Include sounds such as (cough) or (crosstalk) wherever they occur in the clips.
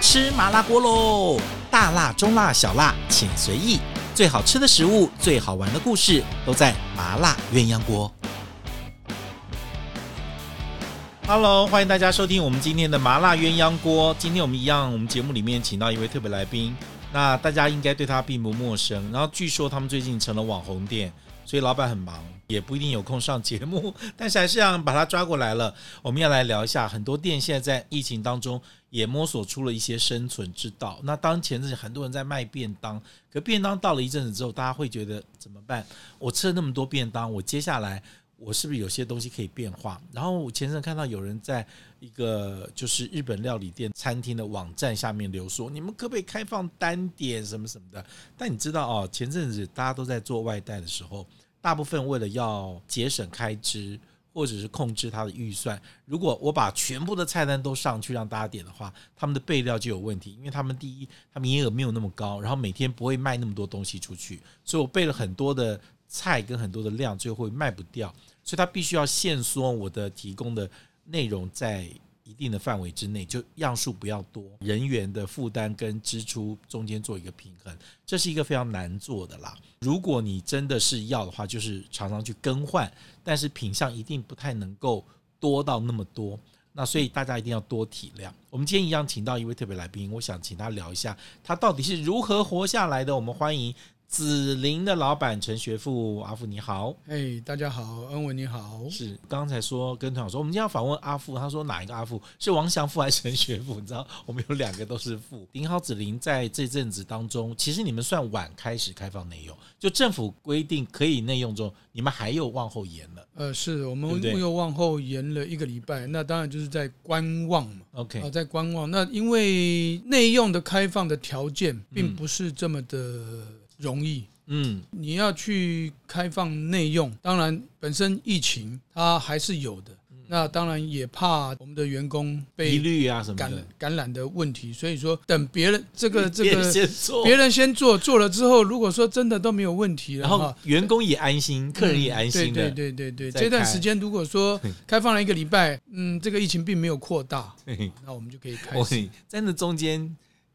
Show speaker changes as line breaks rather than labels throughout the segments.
吃麻辣锅喽！大辣、中辣、小辣，请随意。最好吃的食物，最好玩的故事，都在麻辣鸳鸯锅。Hello，欢迎大家收听我们今天的麻辣鸳鸯锅。今天我们一样，我们节目里面请到一位特别来宾，那大家应该对他并不陌生。然后据说他们最近成了网红店，所以老板很忙，也不一定有空上节目， (laughs) 但是还是让把他抓过来了。我们要来聊一下，很多店现在在疫情当中也摸索出了一些生存之道。那当前阵子很多人在卖便当，可便当到了一阵子之后，大家会觉得怎么办？我吃了那么多便当，我接下来我是不是有些东西可以变化？然后我前阵看到有人在一个就是日本料理店餐厅的网站下面留说，你们可不可以开放单点什么什么的？但你知道哦，前阵子大家都在做外带的时候，大部分为了要节省开支。或者是控制它的预算。如果我把全部的菜单都上去让大家点的话，他们的备料就有问题，因为他们第一，他们营业额没有那么高，然后每天不会卖那么多东西出去，所以我备了很多的菜跟很多的量，最后会卖不掉，所以他必须要限缩我的提供的内容在一定的范围之内，就样数不要多，人员的负担跟支出中间做一个平衡，这是一个非常难做的啦。如果你真的是要的话，就是常常去更换，但是品相一定不太能够多到那么多。那所以大家一定要多体谅。我们今天一样请到一位特别来宾，我想请他聊一下他到底是如何活下来的。我们欢迎紫菱的老板陈学富，阿富你好。
哎、大家好，恩文你好，
是刚才说跟团长说，我们今天要访问阿富，他说哪一个阿富是王祥富还是陈学富？你知道我们有两个都是富。林豪子林在这阵子当中，其实你们算晚开始开放内用，就政府规定可以内用之后，你们还有往后延了。
呃，是
对不
我们
对
又往后延了一个礼拜，那当然就是在观望嘛，
(laughs)
啊、
OK，
在观望。那因为内用的开放的条件并不是这么的容易，
嗯
你要去开放内用，当然本身疫情它还是有的，那当然也怕我们的员工
嗯疑
被
虑啊什么
感
的，
感染的问题，所以说等别人这个这
别人
个。
先做，
别人先做，做了之后，如果说真的都没有问题了，
然 (laughs)
哈
后员工也安心，客人也安心的。
对对对对
再
对，这段
开
时间如果说开放了一个礼拜，嗯，这个疫情并没有扩大，
对
那我们就可以开
我
始。
在那中间，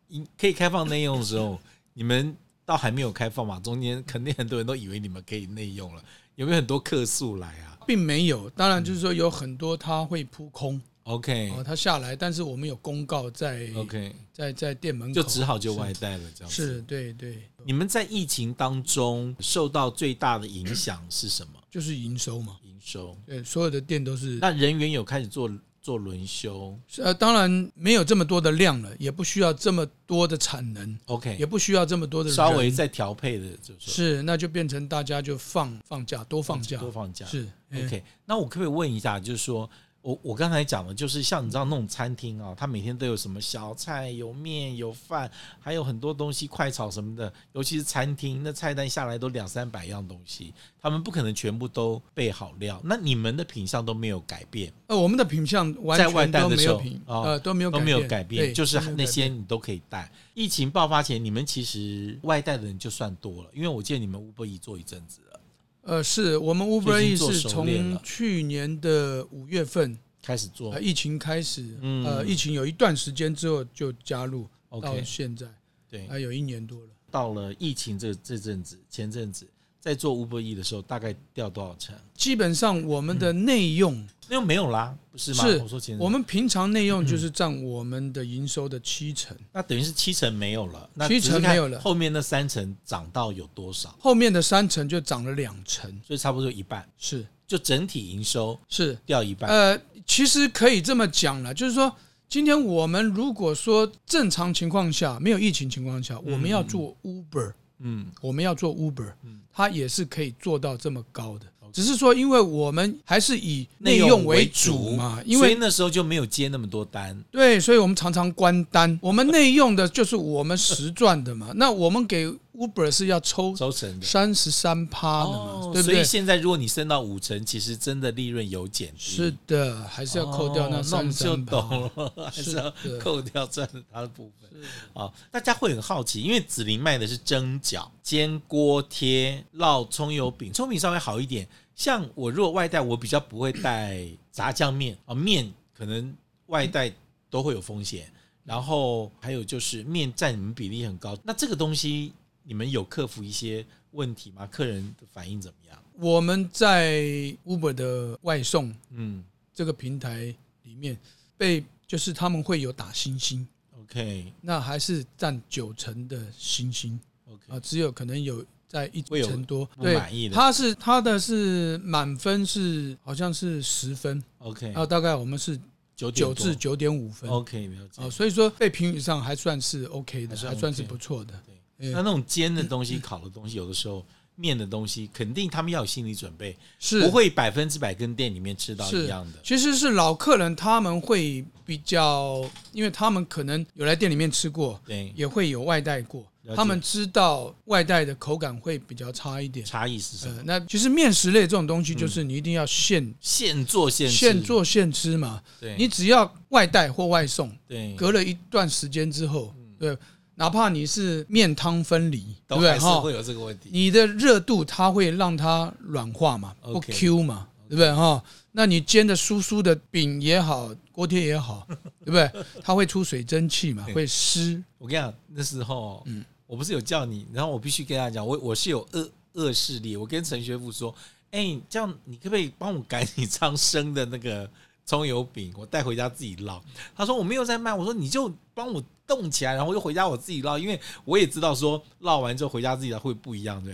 你可以开放内用的时候，你们倒还没有开放嘛，中间肯定很多人都以为你们可以内用了，有没有很多客诉来啊
并没有，当然就是说有很多它会扑空，
？OK
哦，它下来，但是我们有公告在
OK，
在在店门口，
就只好就外带了这样子。
是对对，
你们在疫情当中受到最大的影响是什么？
就是营收嘛，
营收？
对，所有的店都是，
那人员有开始做做轮休
呃，当然没有这么多的量了，也不需要这么多的产能，也
？OK，
不需要这么多的人
稍微再调配的，就是说
是，那就变成大家就放放假，多放假，
多放假。
是，嗯
OK，那我可不可以问一下，就是说我我刚才讲的，就是像你知道那种餐厅啊，它每天都有什么小菜、有面、有饭，还有很多东西快炒什么的，尤其是餐厅，那菜单下来都两三百样东西，他们不可能全部都备好料。那你们的品相都没有改变，
呃，我们的品相完
在外
全
带的
都没
时
有
候
品，
哦
呃，都没有
都没有
改
改变，
对
就是
都没有
那
改
些
变
你都可以带。疫情爆发前，你们其实外带的人就算多了，因为我见你们 Uber E 做一阵子了，
呃，是我们
就
Uber
已经
E
做
是
熟练了
从去年的五月份
开始做
呃疫情开始，
嗯
呃，疫情有一段时间之后就加入到
OK
现在，
对。
还有一年多了。
到了疫情这这阵子，前阵子在做 Uber E 的时候，大概掉多少成？
基本上我们的
嗯
内用，
因为没有啦，不是吗？
是
我说前阵子
我们平常内
嗯
用就是占我们的营收的七成，
那等于是七成没有了，那
七
只是
成
看
没有了
后面那三成涨到有多少？
后面的三成就涨了两成，
所以差不多一半，
是
就整体营收
是，
掉一半。
呃，其实可以这么讲了，就是说，今天我们如果说正常情况下没有疫情情况下，我们要做 Uber，
嗯，
我们要做 Uber，
嗯
它也是可以做到这么高的。只是说，因为我们还是以内
用
用为
主
主嘛，因
所以
为
那时候就没有接那么多单。
对，所以我们常常关单。我们内用的就是我们实赚 (laughs) 的嘛，那我们给 Uber 是要抽
抽成的。
三十三趴的嘛
哦，，
对不
所以
对？
现在如果你升到五成，其实真的利润有减低。
是的，还是要扣
哦
掉那
那我
三
们
十
就
三趴。
懂
(laughs)
了，还是
是
要
的
扣掉赚它的部分。好，大家会很好奇，因为紫菱卖的是蒸饺、煎锅贴、烙葱油饼，葱油饼稍微好一点。像我如果外带，我比较哦不会带炸酱面啊，面可能外带都会有风险。然后还有就是面占你们比例很高，那这个东西你们有克服一些问题吗？客人的反应怎么样？
我们在 Uber 的外送
嗯
这个平台里面被就是他们会有打星星，
，OK
那还是占九成的星星
OK，
啊，只有可能有在一
会有
成多。
不
对，
满意的
他是他的是满分是好像是十分，
OK，
然后大概我们是
九点
九
多
至九点五分。
OK 了解
啊，。所以说被评语上还算是 OK 的，
还算
还算是
OK
不错的。
对，那那种煎的东西、烤的东西，有的时候面的东西，肯定他们要有心理准备，
是
不会百分之百跟店里面吃到一样的。
其实是老客人他们会比较，因为他们可能有来店里面吃过，
对，
也会有外带过
了解，
他们知道外带的口感会比较差一点。
差异是什么？
呃，那其实面食类这种东西，就是你一定要现
现做嗯现吃
现，做现吃嘛，
对，
你只要外带或外送，
对
隔了一段时间之后，对，哪怕你是面汤分离，对
嗯都
不对
还是
哈？
会有这个问题。
你的热度它会让它软化嘛，不
OK
Q 嘛，对不对哈？那你煎的酥酥的饼也好，锅贴也好，对不对？它会出水蒸气嘛，
对
会湿。
我跟你讲，那时候，我不是有叫你，然后我必须跟他讲，我我是有恶恶势力，我跟陈学富说，哎、这样你可不可以帮我改你张生的那个葱油饼，我带回家自己烙？他说我没有在卖，我说你就帮我冻起来，然后我就回家我自己烙，因为我也知道说烙完之后回家自己烙会不一样，对。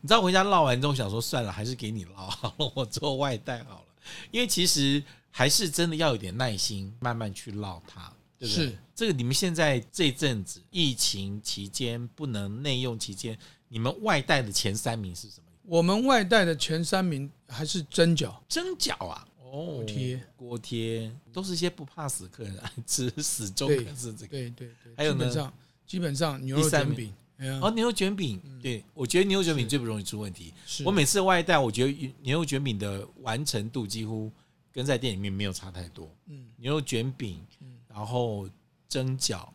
你知道回家烙完之后想说算了，还是给你烙好了， (laughs) 我做外带好了，因为其实还是真的要有点耐心，慢慢去烙它。对不对
是
这个，你们现在这阵子疫情期间不能内用期间，你们外带的前三名是什么？
我们外带的前三名还是蒸饺，
蒸饺啊，哦
锅贴、
锅贴都是一些不怕死客人爱吃，死
(laughs)
忠
对
客是这个。
对对对，
还有
基
呢
本上基本上牛肉
第三
煎
名
饼，哎呀
哦，牛肉卷饼，对我觉得牛肉卷饼最不容易出问题。
嗯是
我每次外带，我觉得牛肉卷饼的完成度几乎跟在店里面没有差太多。
嗯
牛肉卷饼
嗯，
然后蒸饺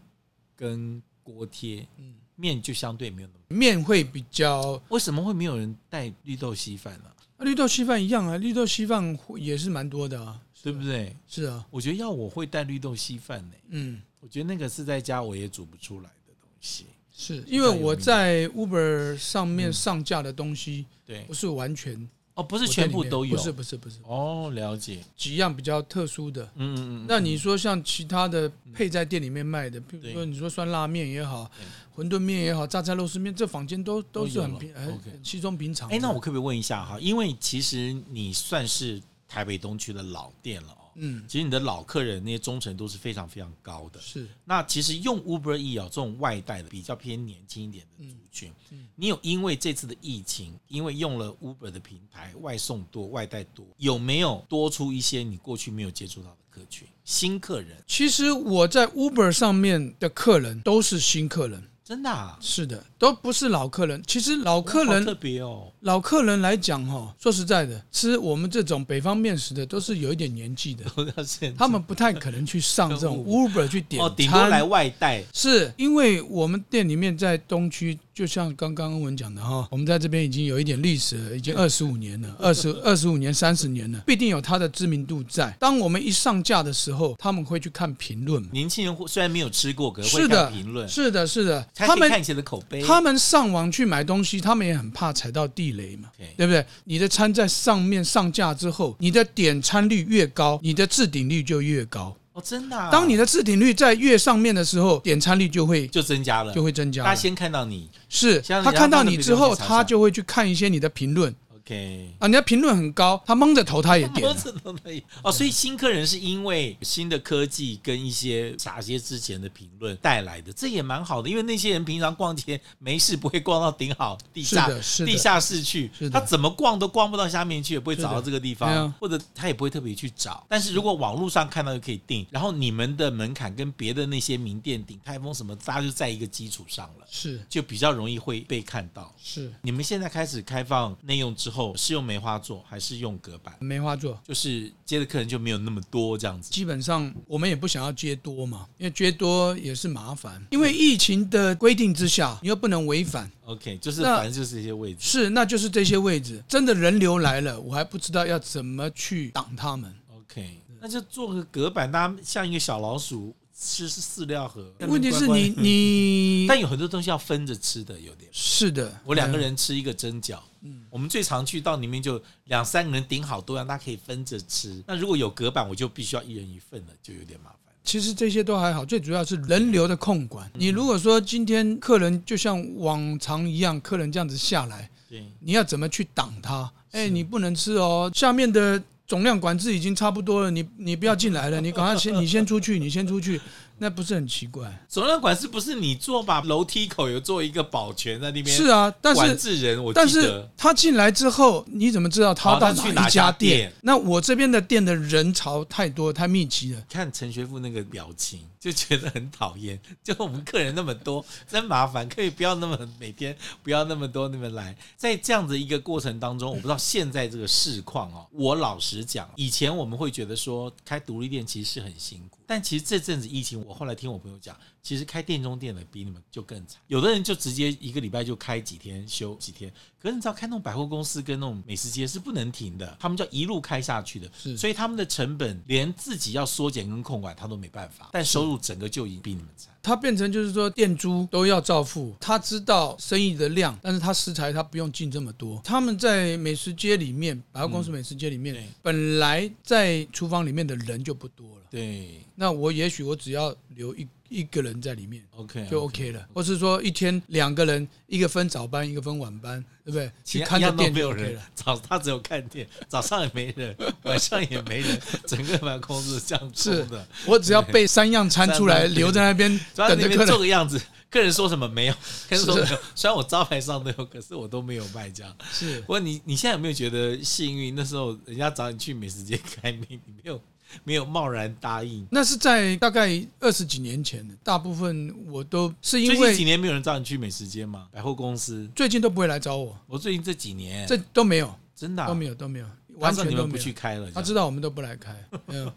跟锅贴，
嗯
面就相对没有那么。
面会比较
为什么会没有人带绿豆稀饭啊呢、
绿豆稀饭一样啊，绿豆稀饭会也是蛮多的啊，
对不对？
是啊，
我觉得要我会带绿豆稀饭呢、
嗯。
我觉得那个是在家我也煮不出来的东西。
是因为我在 Uber 上面上架的东西
对
不，是完全
哦，嗯不是全部都有，
不是不是不是，
哦，了解，
几样比较特殊的。
嗯嗯嗯，
那你说像其他的配在店里面卖的，比如
对
说你说酸辣面也好，馄饨面也好，榨菜肉丝面，这坊间都都是很
都
平
有了啊
很
OK
很稀松平常的。
哎，那我可不可以问一下哈？因为其实你算是台北东区的老店了哦，
嗯
其实你的老客人那些忠诚度是非常非常高的。
是
那其实用 Uber E 哦这种外带的比较偏年轻一点的族群，
嗯嗯
你有因为这次的疫情，因为用了 Uber 的平台，外送多、外带多，有没有多出一些你过去没有接触到的客群？新客人
其实我在 Uber 上面的客人都是新客人，
真的、啊，
是的，都不是老客人。其实老客
哇
人
好特别哦， (laughs)
老客人来讲哈、哦，说实在的，吃我们这种北方面食的都是有一点年纪
(laughs)
的，
都要现
他们不太可能去上这种 Uber 去点
哦，顶哦多来
餐。
外带，
是因为我们店里面在东区，就像刚刚文讲的哈，我们在这边已经有一点历史了，已经二十五年了，二十二十五年、三十年了，必定有它的知名度在。当我们一上架的时候，他们会去看评论嘛。
年轻人会哦虽然没有吃过，可会
是的
看评论，
是的，是的，
才
他
可以
们
看一些的口碑。
他们上网去买东西，他们也很怕踩到地雷嘛
OK
对不对？你的餐在上面上架之后，你的点餐率越高，你的置顶率就越高。
哦，真的啊、
当你的置顶率在越上面的时候，点餐率就会
就增加了，
就会增加
大家
了。
先看到你
是
像
他看到你之后，
人家放的比较
他就会去看一些你的评论
，OK。
啊，你的评论很高，他蒙着头他也
(laughs)
点
多
啊了。
次都可以哦，所以新客人是因为新的科技跟一些哪些之前的评论带来的，这也蛮好的，因为那些人平常逛街没事不会逛到顶好地下
是的是的
地下室去
是，的
他怎么逛都逛不到下面去，也不会找到这个地
是的
方
对啊，
或者他也不会特别去找。但是如果网络上看到就可以订，然后你们的门槛跟别的那些名店鼎泰丰什么，大家就在一个基础上了，
是
就比较容易会被看到。
是，
你们现在开始开放内用之后，是用梅花座还是用隔板？
没话做。
就是接的客人就没有那么多这样子。
基本上我们也不想要接多嘛，因为接多也是麻烦。因为疫情的规定之下，你又不能违反，
OK，就是
那
反正就是一些位置。
是，那就是这些位置，真的人流来了，我还不知道要怎么去挡他们。
嗯 OK，那就做个隔板，大家像一个小老鼠吃是饲料盒。
问题是你你
(laughs) 但有很多东西要分着吃的，有点。
是的，
我两个人吃一个蒸饺，嗯，我们最常去到里面就两三个人顶好多样，大家可以分着吃。那如果有隔板，我就必须要一人一份了，就有点麻烦。
其实这些都还好，最主要是人流的控管。
嗯
你如果说今天客人就像往常一样，客人这样子下来，
对，
你要怎么去挡它？哎，
是
你不能吃哦，下面的总量管制已经差不多了，你你不要进
(laughs)
来了，你赶快先你先出去，你先出去，那不是很奇怪？
总量管是不是你做吧？楼梯口有做一个保全在那边，
是啊，但
管
是
制人，我记
但
得
是他进来之后，你怎么知道他
哦
到
他去
一
哪家
家
店
那我这边的店的人潮太多，太密集了。
看陈学富那个表情，就觉得很讨厌。就我们客人那么多，真麻烦，可以不要那么每天不要那么多那么来。在这样的一个过程当中，我不知道现在这个市况哦。我老实讲，以前我们会觉得说开独立店其实是很辛苦，但其实这阵子疫情，我后来听我朋友讲，其实开店中店的比你们就更惨。有的人就直接一个礼拜就开几天，休几天。可是你知道，开那种百货公司跟那种美食街是不能停的，他们叫一路开下去的。
是
所以他们的成本连自己要缩减跟控管，他都没办法，但收入整个就已经比你们惨。
他变成就是说店租都要照付，他知道生意的量，但是他食材他不用进这么多。他们在美食街里面，百货公司美食街里面，
对
本来在厨房里面的人就不多了。
对
那我也许我只要留一一个人在里面
，OK，
就 OK 了，或是说一天两个人，一个分早班，一个分晚班，对不对？
其
去
他
看
一
着
样都
店
没
就
有
OK
人
了。，
早他只有看店，早上也没人，晚上也没人，整个把空是这样空
是
的。
我只要备三样餐出来，
(laughs) 三样
留在那边
主要
等
那
着
边
客
做
人。
个样子，客人说什么没有，客人说
是
没有。虽然我招牌上都有，可是我都没有卖这样。
是
不过你你现在有没有觉得幸运？那时候人家找你去美食街开面，你没有没有贸然答应。
那是在大概二十几年前的，大部分我都是
最
因
近几
为
年没有人找你去美食街吗？百货公司，
最近都不会来找我，
我最近这几年
这都没有，
真的啊、
都没有，都没有，
他
完
知道
全
你
都
们不
没
去
有。
开了，
他
这
知道我们都不来开，嗯，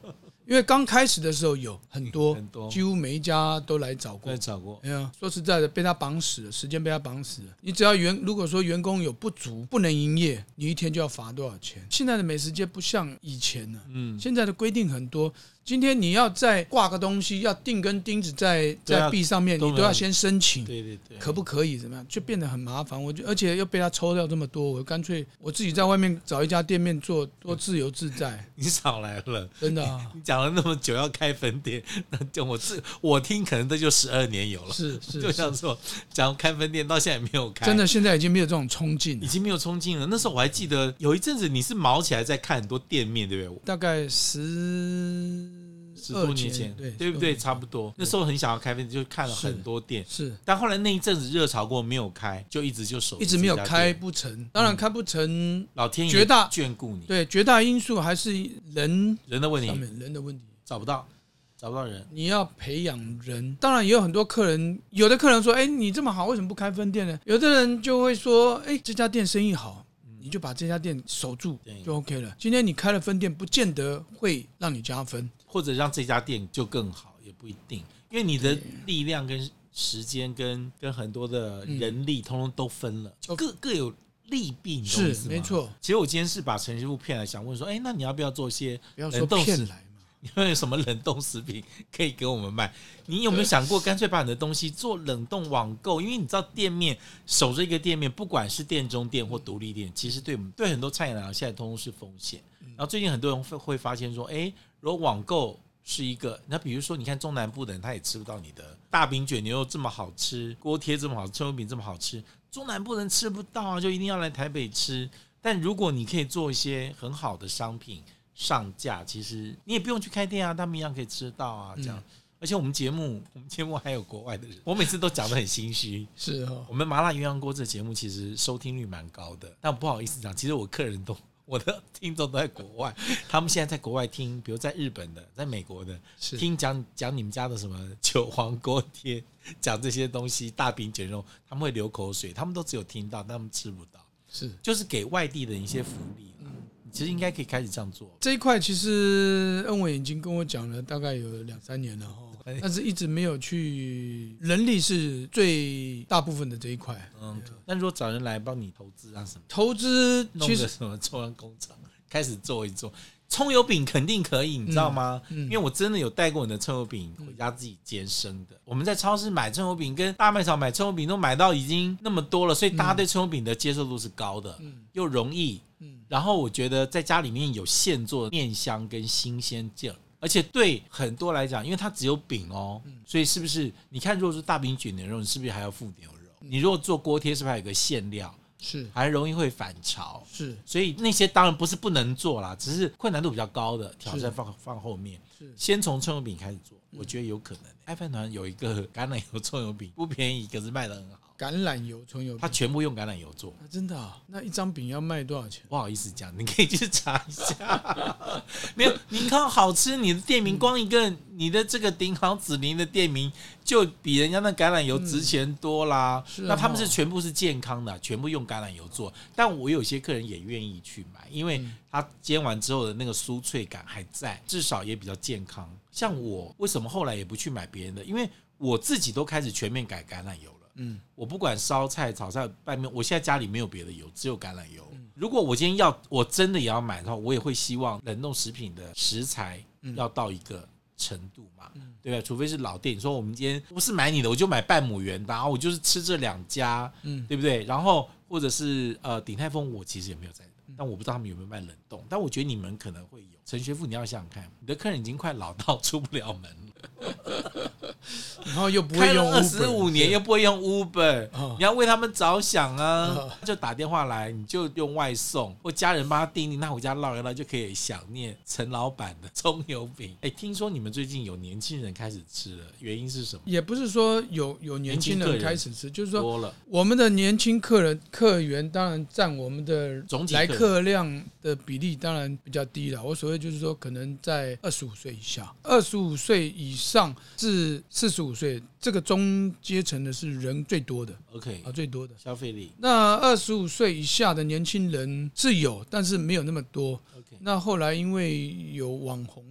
因为刚开始的时候有很多
样嗯很，多
几乎每一家都来找
我
过
也。找过，
哎呀，说实在的，被他绑死了，时间被他绑死了。你只要员，如果说员工有不足，不能营业，你一天就要罚多少钱？现在的美食街不像以前了、
嗯，
现在的规定很多，今天你要再挂个东西，要钉根钉子在
对啊
在壁上面，
都
你
没
都要
有
先申请，
对对对，
可不可以？怎么样？就变得很麻烦。我就而且又被他抽掉这么多，我干脆我自己在外面找一家店面做，多自由自
(laughs)
在，
你少来了。。
真的、啊
你讲了那么久要开分店， (laughs) 那就我自我听可能这就十二年有了，
是是，
哦就是像说讲开分店到现在也没有开，
真的现在已经没有这种冲劲
已
了。
经没有冲劲了。那时候我还记得有一阵子你是毛起来在看很多店面，对不对？
大概十
十多年前，
对
对不对？？差不多。那时候很想要开分店，就看了很多店，
是
但后来那一阵子热潮过没有开，就一直就守，
一直没有开。不成，当
嗯
然开不成，
老天爷
绝大
眷顾你，
对，绝大因素还是人
人的问
上
题
面人的问题。
找不到，找不到人。
你要培养人，当然也有很多客人，有的客人说：“哎，你这么好，为什么不开分店呢？”有的人就会说：“哎，这家店生意好，你就把这家店守住
嗯对
就 OK 了。今天你开了分店，不见得会让你加分。
或者让这家店就更好，也不一定，因为你的力量跟时间跟跟很多的人力，通通都分了，就各各有利弊，你懂我意思吗
是，没。错，
其实我今天是把陈师傅骗来，想问说，哎，那你要不要做一些
不要说
冷冻食
骗来嘛。
你们有什么冷冻食品可以给我们卖？你有没有想过干脆把你的东西做冷冻网购？因为你知道店面守着一个店面，不管是店中店或独立店，其实对我们对很多菜鸟来讲，现在通通是风险。然后最近很多人会会发现说，诶，如果网购是一个，那比如说你看中南部的人，他也吃不到你的大饼卷牛肉这么好吃，锅贴这么好吃，葱油饼这么好吃，中南部人吃不到啊，就一定要来台北吃。但如果你可以做一些很好的商品，上架，其实你也不用去开店啊，他们一样可以吃到啊，这样。而且我们节目，我们节目还有国外的人， (laughs) 我每次都讲得很心虚。
是哦，
我们麻辣鸳鸯锅这节目其实收听率蛮高的，但我不好意思讲，其实我客人都。 (laughs) 我的听众都在国外， (laughs) 他们现在在国外听，比如在日本的，在美国的，
是
听讲讲你们家的什么 (laughs) 韭黄锅贴，讲这些东西，大饼卷肉，他们会流口水，他们都只有听到，但他们吃不到，
是。
就是给外地人一些福利啦。其实应该可以开始这样做。
这一块其实恩伟已经跟我讲了，大概有两三年了哈，但是一直没有去。人力是最大部分的这一块，
嗯，那如果找人来帮你投资啊什么，
投资
弄
其
个 (laughs)
实
什么中央工厂开始做一做，葱油饼肯定可以，你知道吗？
嗯嗯
因为我真的有带过你的葱油饼回家自己煎生的。我们在超市买葱油饼，跟大卖场买葱油饼都买到已经那么多了，所以大家对葱油饼的接受度是高的，又容易。
嗯
然后我觉得在家里面有现做的面香跟新鲜劲儿。而且对很多来讲，因为它只有饼哦，
嗯
所以是不是？你看，如果是大饼卷牛肉，你是不是还要附牛肉？你如果做锅贴，是不是还有个馅料？
是
还容易会反潮。
是
所以那些当然不是不能做啦，只是困难度比较高的挑战放放后面
是，
先从葱油饼开始做，我觉得有可能、爱饭团有一个 (laughs) 橄榄油葱油饼，不便宜，可是卖的很好，
橄榄油葱油
它
饼，
全部用橄榄油做。
啊真的啊，那一张饼要卖多少钱？
不好意思讲，你可以去查一下。 (laughs) 没有，你靠好吃，你的店名光一个，你的这个顶好子林的店名就比人家那橄榄油值钱多啦。
是啊
那他们是全部是健康的，全部用橄榄油做。但我有些客人也愿意去买，因为
嗯
它煎完之后的那个酥脆感还在，至少也比较健康。像我为什么后来也不去买别人的？因为我自己都开始全面改橄榄油了。
嗯，
我不管烧菜、炒菜、拌面，我现在家里没有别的油，只有橄榄油。如果我今天要，我真的也要买的话，我也会希望冷冻食品的食材要到一个程度嘛，对不对？除非是老店，你说我们今天不是买你的，我就买半亩园的，啊，我就是吃这两家，
嗯
对不对？然后或者是呃鼎泰丰，我其实也没有在。但我不知道他们有没有卖冷冻，但我觉得你们可能会有。陈学富，你要想想看，你的客人已经快老到出不了门了。
然后又不
开
会
了
用
二十五
Uber
年又不会用 Uber，、
哦
你要为他们着想啊，
哦
就打电话来，你就用外送或家人帮他订订，那回家唠一唠就可以想念陈老板的葱油饼。 (laughs) 哎，听说你们最近有年轻人开始吃了，原因是什么？
也不是说有有年轻
年轻客
人
人
开始吃，就是说
多了，
我们的年轻客人客源当然占我们的
总体客
来
人
客量的比例当然比较低了。我所谓就是说，可能在二十五岁以下，二十五岁以上至四十五岁这个中阶层的是人最多的
OK，
啊，最多的。
消费力
那二十五岁以下的年轻人是有，但是没有那么多。
OK，
那后来因为有网红，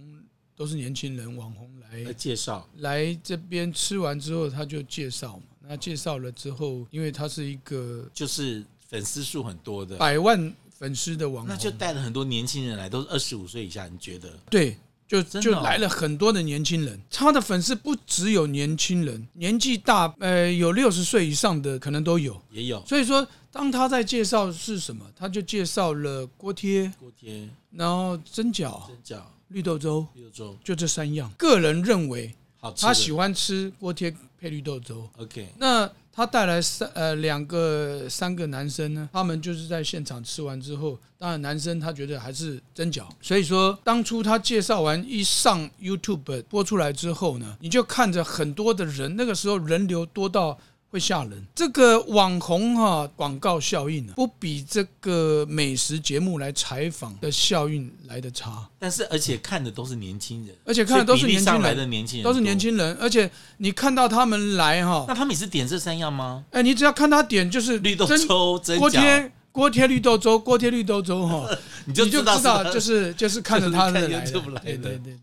都是年轻人，网红来
来介绍
来这边吃完之后，他就介绍嘛。那介绍了之后，因为他是一个
就是粉丝数很多的，
百万粉丝的网
那就
红，
带了很多年轻人来，都是二十五岁以下，你觉得？
对，就
真的
就
哦
来了很多的年轻人。他的粉丝不只有年轻人，年纪大，呃，有六十岁以上的可能都有。
也有
所以说，当他在介绍是什么，他就介绍了锅贴，
锅贴、
然后蒸饺、
蒸饺、
绿豆粥，
绿豆粥，
就这三样。个人认为，
好吃的。
他喜欢吃锅贴配绿豆粥。
OK，
那他带来三呃两个三个男生呢，他们就是在现场吃完之后，当然男生他觉得还是蒸饺，所以说当初他介绍完一上 YouTube 播出来之后呢，你就看着很多的人，那个时候人流多到。会吓人，这个网红哈、广告效应、啊、不比这个美食节目来采访的效应来的差。
但是而且看的都是年轻人，
而且看的都是
所以比例上
年轻
来
人
的年轻人，
都是年。轻人，而且你看到他们来哈、
那他们也是点这三样吗？
哎，你只要看他点就是
绿豆
蒸
粥、蒸
锅
饺，
贴锅贴绿豆粥，锅贴绿豆粥哈，
(laughs) 你
你就
知
知
道
道
是
就是就是看着他的来的，
(laughs) 就是看 YouTube 来的
对对对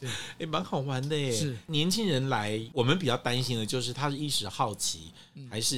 对，
哎，蛮好玩的耶。
是
年轻人来，我们比较担心的就是他是一时好奇，还是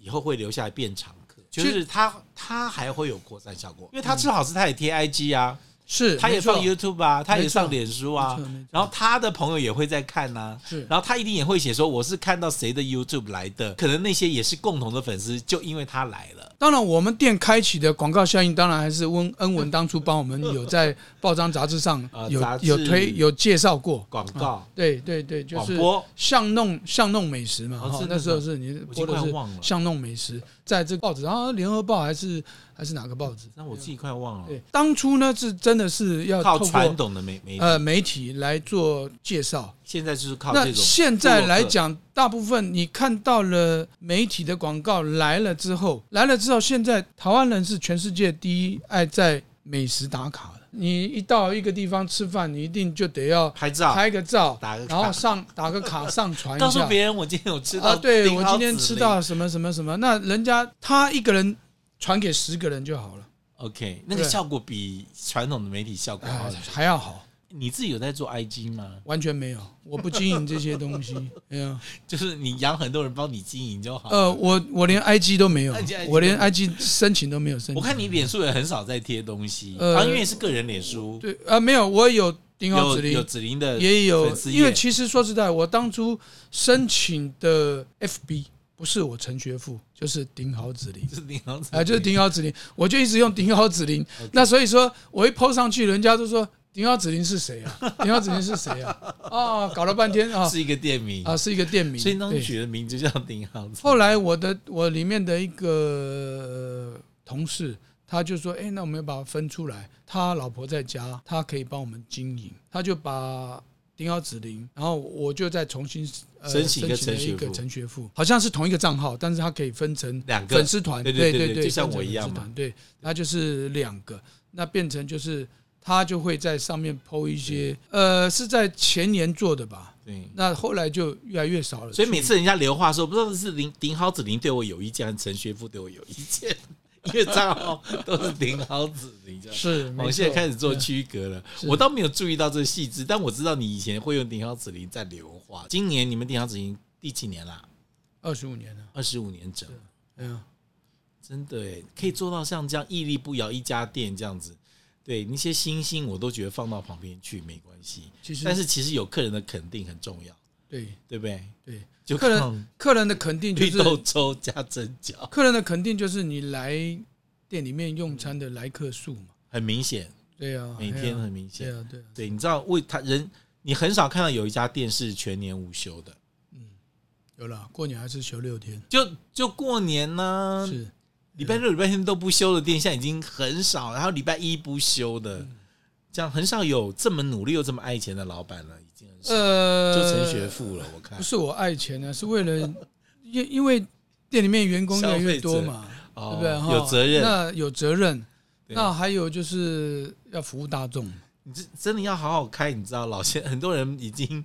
以后会留下来变常客？就
嗯其实
是他他还会有扩散效果，因为他吃好吃，他也贴 IG 啊，
是
他也
没错
放 YouTube 啊，他也
没错
上脸书啊
没错没错，
然后他的朋友也会在看呐、
是
然后他一定也会写说我是看到谁的 YouTube 来的，可能那些也是共同的粉丝，就因为他来了。
当然，我们店开启的广告效应，当然还是温恩文当初帮我们有在报章杂志上
呃 (laughs)
有
杂志
有推有介绍过。
广告，
对对对，就是
广播
巷弄巷弄美食嘛，
哦
哈
是
那时候是你
我已
播
经
的
快
是
忘了
巷弄美食，在这个报纸啊，《联合报》还是还是哪个报纸？
那我自己快忘了。
对，当初呢是真的是
嗯
要
靠
透过
传统的媒媒体，
呃媒体来做介绍。
现在就是靠
那
这种。
现在来讲，大部分你看到了媒体的广告来了之后，来了之后，现在台湾人是全世界第一爱在美食打卡的。你一到一个地方吃饭，你一定就得要
拍照，
拍个照，
啊打个卡
然后上打个卡上传
告
一
诉
下。
别人我今天有吃到
啊，对
顶
我
好
今天
紫
吃
菱
到什么什么什么，那人家他一个人传
(laughs)
给十个人就好了，
OK，那个
对
效果比传统的媒体效果好
哎
很多。
还要好。
你自己有在做 IG 吗？ (laughs)
完全没有，我不经营这些东西。哎呀，
就是你养很多人帮你经营就好。
呃，我我连 IG 都没有
IG，
我连 IG 申请都没有申请。
我看你脸书也很少在贴东西，
呃
啊，因为是个人脸书，
对啊、没有，我有丁浩
有
子
有
林，
子琳的 (laughs)
也有
粉，丝页
因为其实说实在，我当初申请的 FB 不是我陈学富，就是丁浩子林。
是林子
啊，就是
林
顶好指令，我就一直用顶好指
哦
令。那所以说，我一 PO 上去，人家都说顶好指令是
(laughs)
谁啊？顶好指令是谁啊？哦，搞了半天啊
是一个店名，
啊，是一个店名。
所以当时
对
取的名字就叫林行子。
后来我的我里面的一个呃同事，他就说：“哎、那我们要把它分出来。他老婆在家，他可以帮我们经营。他就把丁幺子林，然后我就再重新、呃、
申请一个
了一个
陈
陈学富，好像是同一个账号，但是他可以分成
两个
粉丝团，
对对
对
对对
对，
就像我
分成
一样
粉丝
嘛
团对，那就是两个，那变成就是。”他就会在上面抛一些，呃，是在前年做的吧？
对，
那后来就越来越少了。
所以每次人家留话说，不知道是林林豪子林对我有意见，还是陈学富对我有意见，因为账号都是林豪子林这样。
是，
我
没
哦现在
错
开始做
对
区隔了，
是
我倒没有注意到这个细致，但我知道你以前会用顶好指令在留话。今年你们顶好指令第几年啦？
二十五年了，
二十五年整，
嗯，
真的耶可以做到像这样屹立不摇一家店这样子。对那些星星，我都觉得放到旁边去没关系，
其实
但是其实有客人的肯定很重要，
对
对不对？
对，
就
客人
看
客人的肯定就
绿
是
豆粥加蒸饺，
客人的肯定就是你来店里面用餐的来客数嘛，
很明显，
对啊，
每
哎
天
呀
很明
对
显。
啊对啊，
对，你知道为他人，你很少看到有一家店是全年无休的，
有了，过年还是休六天，
就就过年呢、
是
礼拜六、礼拜天都不休的店，现在已经很少，然后礼拜一不休的，
嗯
这样很少有这么努力又这么爱钱的老板了，已经很少。
呃，
就陈学富了，我看
不是我爱钱啊，是为了因因为店里面员工越来越多嘛，对
哦
不对？哈
有责任。
那有责任，
对
那还有就是要服务大众，
你这真的要好好开，你知道，老先很多人已经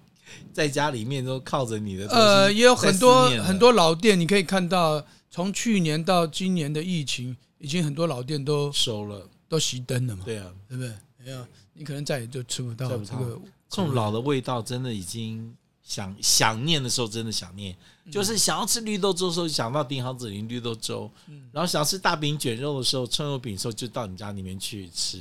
在家里面都靠着你的东西
呃，也有
在
很
思
多
念了
很多老店，你可以看到，从去年到今年的疫情，已经很多老店都
收了，
都熄灯了嘛，
对啊，
对不对？哎呀，你可能再也就吃不到
吃不
这
到
个，
这种老的味道真的已经想想念的时候，真的想念，
嗯
就是想要吃绿豆粥的时候，想到丁豪子林绿豆粥，
嗯
然后想要吃大饼卷肉的时候，葱油饼的时候，就到你家里面去吃，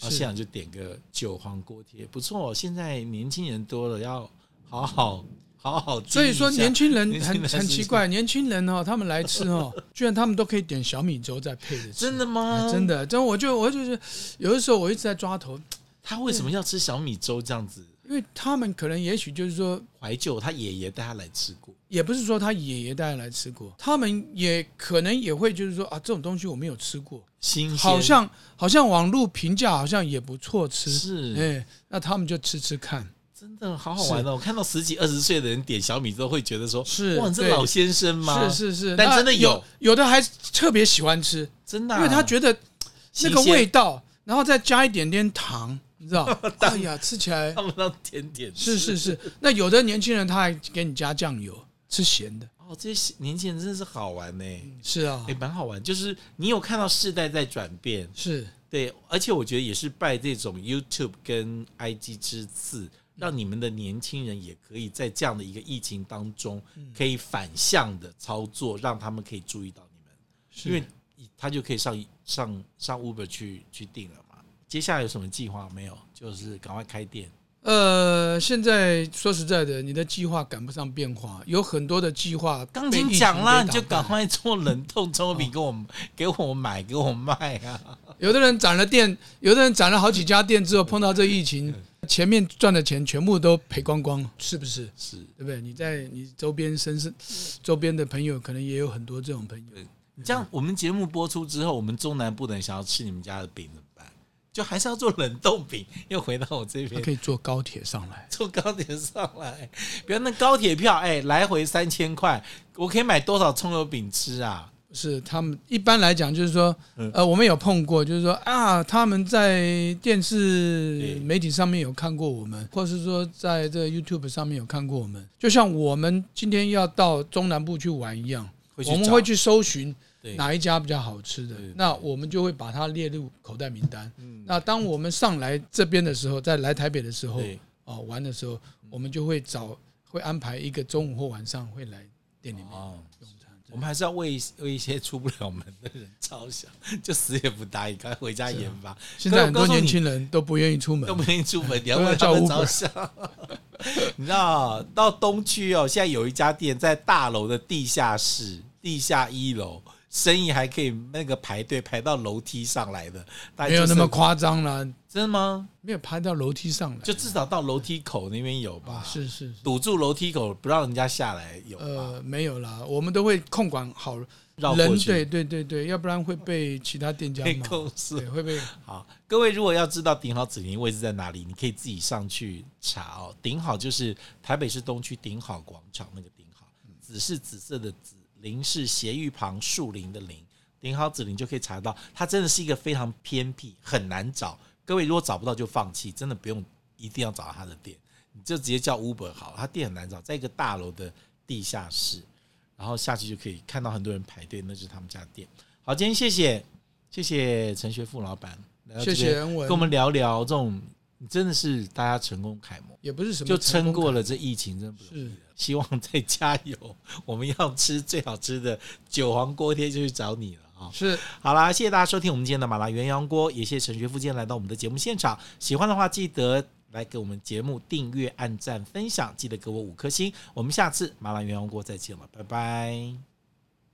然后
是
现场就点个韭黄锅贴，不错、哦现在年轻人多了，要好好好好经
所
营一
以
下，
说
(laughs)
年轻人
年轻
很
人
很
是
奇怪，年轻人哦，他们来吃
(laughs)
哦，居然他们都可以点小米粥再配着吃，
真的啊
哎
吗？
真，的，真的我就我就是有的时候我一直在抓头，
他为什么要吃小米粥这样子
因为他们可能也许就是说
怀旧？他爷爷带他来吃过，
也不是说他爷爷带来吃过，他们也可能也会就是说啊，这种东西我没有吃过，
新鲜
好像好像网络评价好像也不错吃，
是
哎、那他们就吃吃看，
真的好好玩哦！我看到十几二十岁的人点小米之后，会觉得说：“
是
哇，你这
对
老先生吗？”
是是是，
但
那
真的有
有有的还特别喜欢吃，
真的啊、
因为他觉得那
新
个
鲜 (laughs)
味道，然后再加一点点糖，你知道？哎呀，吃起来
他们当甜点
是是
吃
是，那有的年轻人他还给你加酱油，吃咸的，
哦，这些年轻人真的是好玩呢、
是啊
也、，蛮好玩。就是你有看到世代在转变，
是
对，而且我觉得也是拜这种 YouTube 跟 IG 之
嗯
赐，让你们的年轻人也可以在这样的一个疫情当中，
嗯
可以反向的操作，让他们可以注意到你们。
是
因为他就可以上上上 Uber 去去订了嘛。接下来有什么计划没有？就是赶快开店，
呃，现在说实在的，你的计划赶不上变化，有很多的计划
刚
被
已经
疫情
讲啦，
给
你就
打哦
赶
败。
快做冷冻葱油饼给我们给我买给我卖啊！
有的人攒了店，有的人攒了好几家店之后，碰到这疫情，前面赚的钱全部都赔光光，是不是？
嗯是，
对不对？你在你周边身是周边的朋友，可能也有很多这种朋友。
你这样我们节目播出之后，我们中南部的人想要吃你们家的饼怎么办？就还是要做冷冻饼，又回到我这
他
边。
可以坐高铁上来，
坐高铁上来，不要那高铁票，哎、来回三千块，我可以买多少葱油饼吃啊？
是他们一般来讲就是说
嗯，
呃，我们有碰过，就是说啊，他们在电
对
视媒体上面有看过我们，或是说在这个 YouTube 上面有看过我们，就像我们今天要到中南部去玩一样，
会去
我们
找
会去搜寻
对
哪一家比较好吃的
对对，
那我们就会把它列入口袋名单。
嗯，
那当我们上来这边的时候，在来台北的时候，
对，嗯
哦玩的时候，我们就会找会安排一个中午或晚上会来店里面
哦，
用餐。
我们还是要为为一些出不了门的人着想，就死也不答应，赶快回家研发。
现在很
可
多
是我告诉
年
你
轻人都不愿意出门
都，不愿意出门，你要
都要
为他们着
叫 Uber
想。 (laughs) 你知道，到东区哦，现在有一家店在大楼的地下室、地下一楼，生意还可以那个排队排到楼梯上来的，大概
没有
就
那
剩
么夸张啦，
真的吗？
没有排到楼梯上来，
就至少到楼梯口那边有吧？
啊是是是，
堵住楼梯口不让人家下来有吧？
呃，没有啦，我们都会控管好
绕过
人，
去
对对对对，要不然会被其他店家
被
骂，
控诉
对，。会被
好，各位如果要知道顶好子林位置在哪里，你可以自己上去查哦。顶好就是台北市东区顶好广场那个顶好，紫是紫色的紫，林是斜玉旁树林的林。顶好子林就可以查到，它真的是一个非常偏僻，很难找。各位如果找不到就放弃，真的不用一定要找到他的店，你就直接叫 Uber 好了，他店很难找，在一个大楼的地下室，然后下去就可以看到很多人排队，那就是他们家的店。好，今天谢谢谢谢陈学富老板，来到
谢
这边
谢恩文
跟我，们聊聊这种，你真的是大家成功楷模，
也不是什么
就
成
撑
功
过
感，
了这疫情，真不容易
是。
希望再加油，我们要吃最好吃的九皇锅贴就去找你了啊！ (laughs)
是
好啦，谢谢大家收听我们今天的麻辣鸳鸯锅，也谢谢陈学富今天来到我们的节目现场。喜欢的话，记得来给我们节目订阅、按赞、分享，记得给我五颗星。我们下次麻辣鸳鸯锅再见了，拜拜。